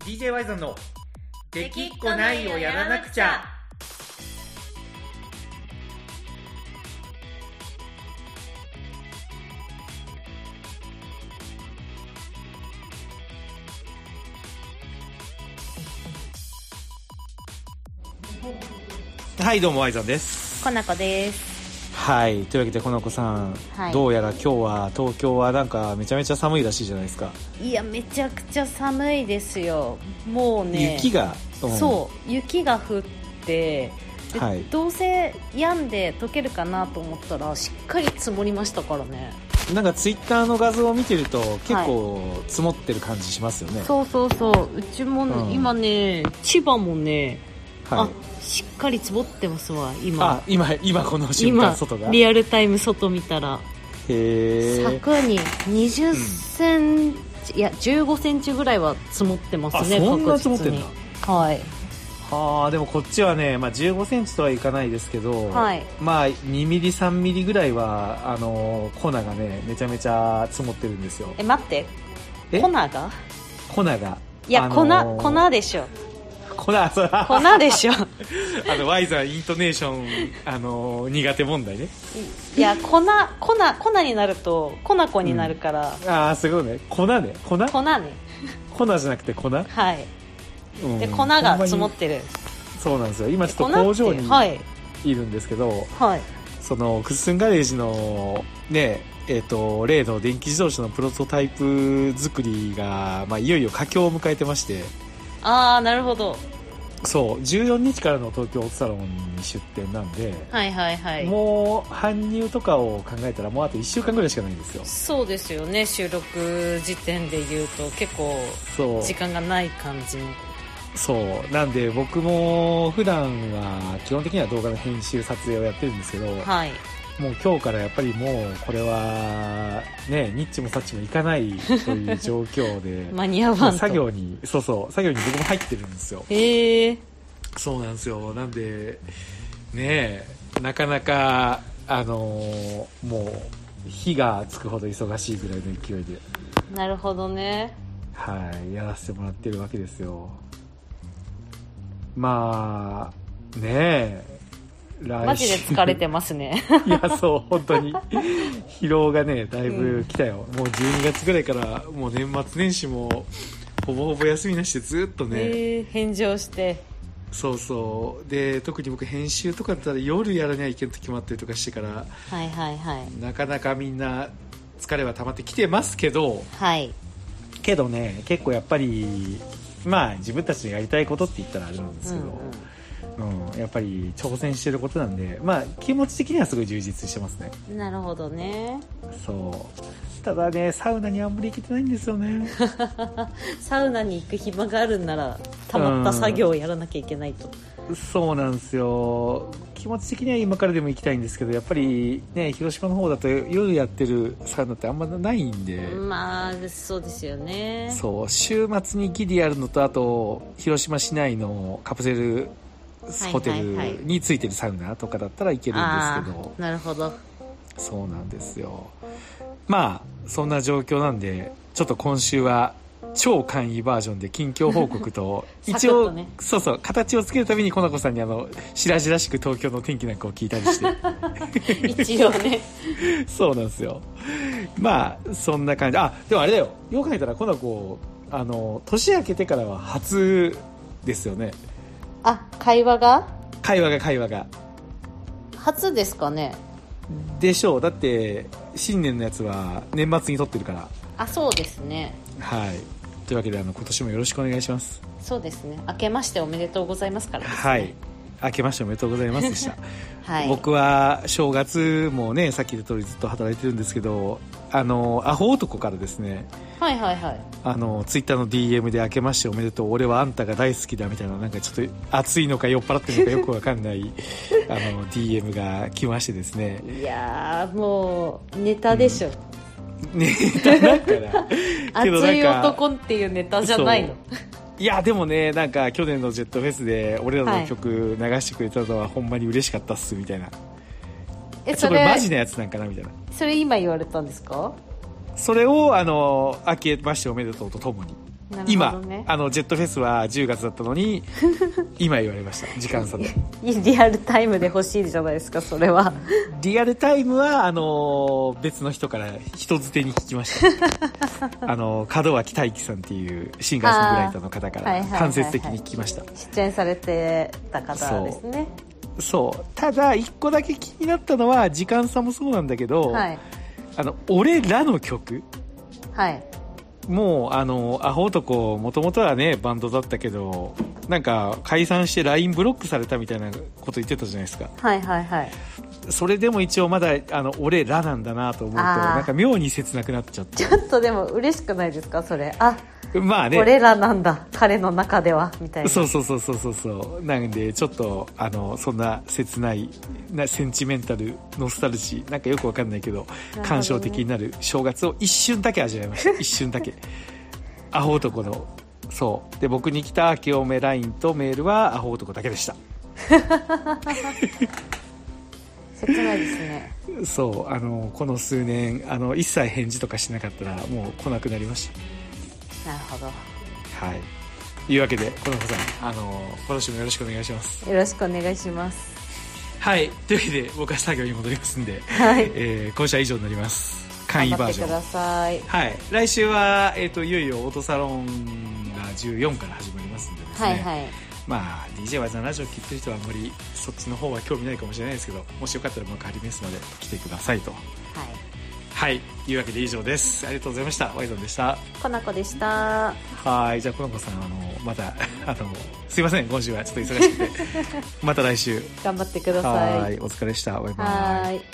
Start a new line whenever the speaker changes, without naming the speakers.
DJ ワイゾンの「できっこないをやらなくちゃ」はいどうもワイゾンです
コナコです
はいというわけでこの子さん、
はい
どうやら今日は東京はなんかめちゃめちゃ寒いらしいじゃないですか、
いやめちゃくちゃ寒いですよもうね
雪が、うん
そう雪が降ってで
はい
どうせ病んで溶けるかなと思ったらしっかり積もりましたからね
なんかツイッターの画像を見てると結構積もってる感じしますよね、
そうそうそううちも、
うん
今ね千葉もね、
はい
あしっかり積もってますわ今
あ今今この瞬間
今
外が
リアルタイム外見たら
へえ
柵に2 0センチ、いや1 5センチぐらいは積もってますね
あそんな
確実に
積もってん
はい
はあでもこっちはね、まあ、1 5センチとはいかないですけど、
はい
まあ2ミリ3ミリぐらいはあの粉がねめちゃめちゃ積もってるんですよ
え待って
え
粉が
粉が
いや、
あのー
粉粉でしょ
粉それ
粉
あ
でしょ
のワイザーイントネーションあの苦手問題ね
いや粉粉粉になると粉子になるから、
ああそういうことね粉ね粉
粉ね
粉じゃなくて粉、う
はい
ん
で粉が積もっ
ほんま
てる
にそうなんですよ今ちょっと
粉って
工場に
はい
いるんですけど、
はい
そのクッスンガレージのねえっと例の電気自動車のプロトタイプ作りが、まあ、いよいよ佳境を迎えてまして
ああなるほど
そう14日からの東京オートサロンに出店なんで、
はいはいはい
もう搬入とかを考えたらもうあと1週間ぐらいしかないんですよ
そうですよね収録時点で言うと結構
そう
時間がない感じの
そうなんで僕も普段は基本的には動画の編集撮影をやってるんですけど、
はい
もう今日からやっぱりもうこれはねニッチもサッチもいかないという状況 で
間に合わんと
作業にそうそう作業に僕も入ってるんですよ
へえ
そうなんですよなんでねえなかなかあのーもう火がつくほど忙しいぐらいの勢いで
なるほどね
はいやらせてもらってるわけですよまあねえ
マ
来
ジ
週
で疲れてますね
いやそう本当に疲労がねだいぶ来たよ、もう12月ぐらいからもう年末年始もほぼほぼ休みなしでずっとね、
へえ返上して
そうそうで特に僕編集とかだったら夜やらにゃいけんと決まったりとかしてから
はいはいはい
なかなかみんな疲れは溜まってきてますけど
はい
けどね結構やっぱりまあ自分たちのやりたいことって言ったらあれなんですけど、うんやっぱり挑戦してることなんでまあ気持ち的にはすごい充実してますね
うん、なるほどね
そうただねサウナにあんまり行けてないんですよね
サウナに行く暇があるんならたまった作業をやらなきゃいけないと、
そうなんですよ気持ち的には今からでも行きたいんですけどやっぱりね広島の方だと夜やってるサウナってあんまないんで、
まあそうですよね
そう週末にギリやるのとあと広島市内のカプセルホテル
はいはいはい
についてるサウナとかだったらいけるん
あ
ですけど、
あなるほ ど
そうなんですよまあそんな状況なんでちょっと今週は超簡易バージョンで近況報告と
サクッ
一応
とね
そうそう形をつけるためにコナコさんにあの白々しく東京の天気なんかを聞いたりして
一応ね
そうなんですよまあそんな感じあでもあれだよよく考えたらコナコあの年明けてからは初ですよね
あ会話が
会話が会話が
初ですかね
でしょうだって新年のやつは年末に撮ってるから
あそうですね
はいというわけであの今年もよろしくお願いします
そうですね明けましておめでとうございますからですね
はい。明けましておめでとうございますでした。
はい
僕は正月もね、さっき言った通りずっと働いてるんですけど、あの、アホ男からですね、
はいはいはい
あの、ツイッターの DM で明けましておめでとう、俺はあんたが大好きだみたいな、なんかちょっと熱いのか酔っ払ってるのかよくわかん ない、あの、DM が来ましてですね、
いやーもうネタでしょ、
ね、だから、けどなんか
熱い男っていうネタじゃないの
いや、でもね、なんか去年のジェットフェスで俺らの曲流してくれたのはほんまに嬉しかったっす、みたいな。
え
ちょ
そ
これ
れ
マジなやつなんかな、みたいな。
それ今言われたんですか
それを、あの、明けましておめでとうとともに。
なるほ
今、
どね
あのジェットフェスは10月だったの に今言われました時間差で
リアルタイムで欲しいじゃないですかそ れは
リアルタイムはあの別の人から人づてに聞きました あの門脇大樹さんっていうシンガーソングライターの方か
あーは
ら
いはいはいはい
間接的に聞きました
出演されてた方ですね
そうただ一個だけ気になったのは時間差もそうなんだけど、
はい
あの俺らの曲
はい
もうあのアホ男もともとはねバンドだったけどなんか解散して LINE ブロックされたみたいなこと言ってたじゃないですか
はいはいはい
それでも一応まだあの俺らなんだなと思うと
あー
なんか妙に切なくなっちゃっ
ちょっとでも嬉しくないですかそれあ、
てまあね
俺らなんだ彼の中ではみたいな
そうそうそうそうそうそうなんでちょっとあのそんな切ないなセンチメンタルノスタルジーなんかよくわかんないけど
ほどね
感傷的になる正月を一瞬だけ味わいました一瞬だけアホ男のそうで僕に来た明けおめ LINE とメールはアホ男だけでした
切ないですね
そうあのこの数年あの一切返事とかしなかったらもう来なくなりまし
なるほ
たはいいうわけでこの子さんあの今年もよろしくお願いします
どよろしくお願い します
はいというわけで僕は作業に戻りますんで、
はい
えー今週は以上になります簡
頑
易
張
バー
って
ジョ
く
ン
ださい
はい来週は、えー、といよいよオートサロンが14から始まりますんでですね、
はいはい
まあ DJ 技のラジオ聞いてる人はあんまりそっちの方は興味ないかもしれないですけどもしよかったら幕張ですので来てくださいと
はい
はいいうわけで以上ですありがとうございましたワイドンでした
コナコでした
はいじゃあこの子さんあのま たあのすいません今週 はちょっと忙しくてまた来週
頑張ってくださ
はいいお疲れでしたバイバイ
はい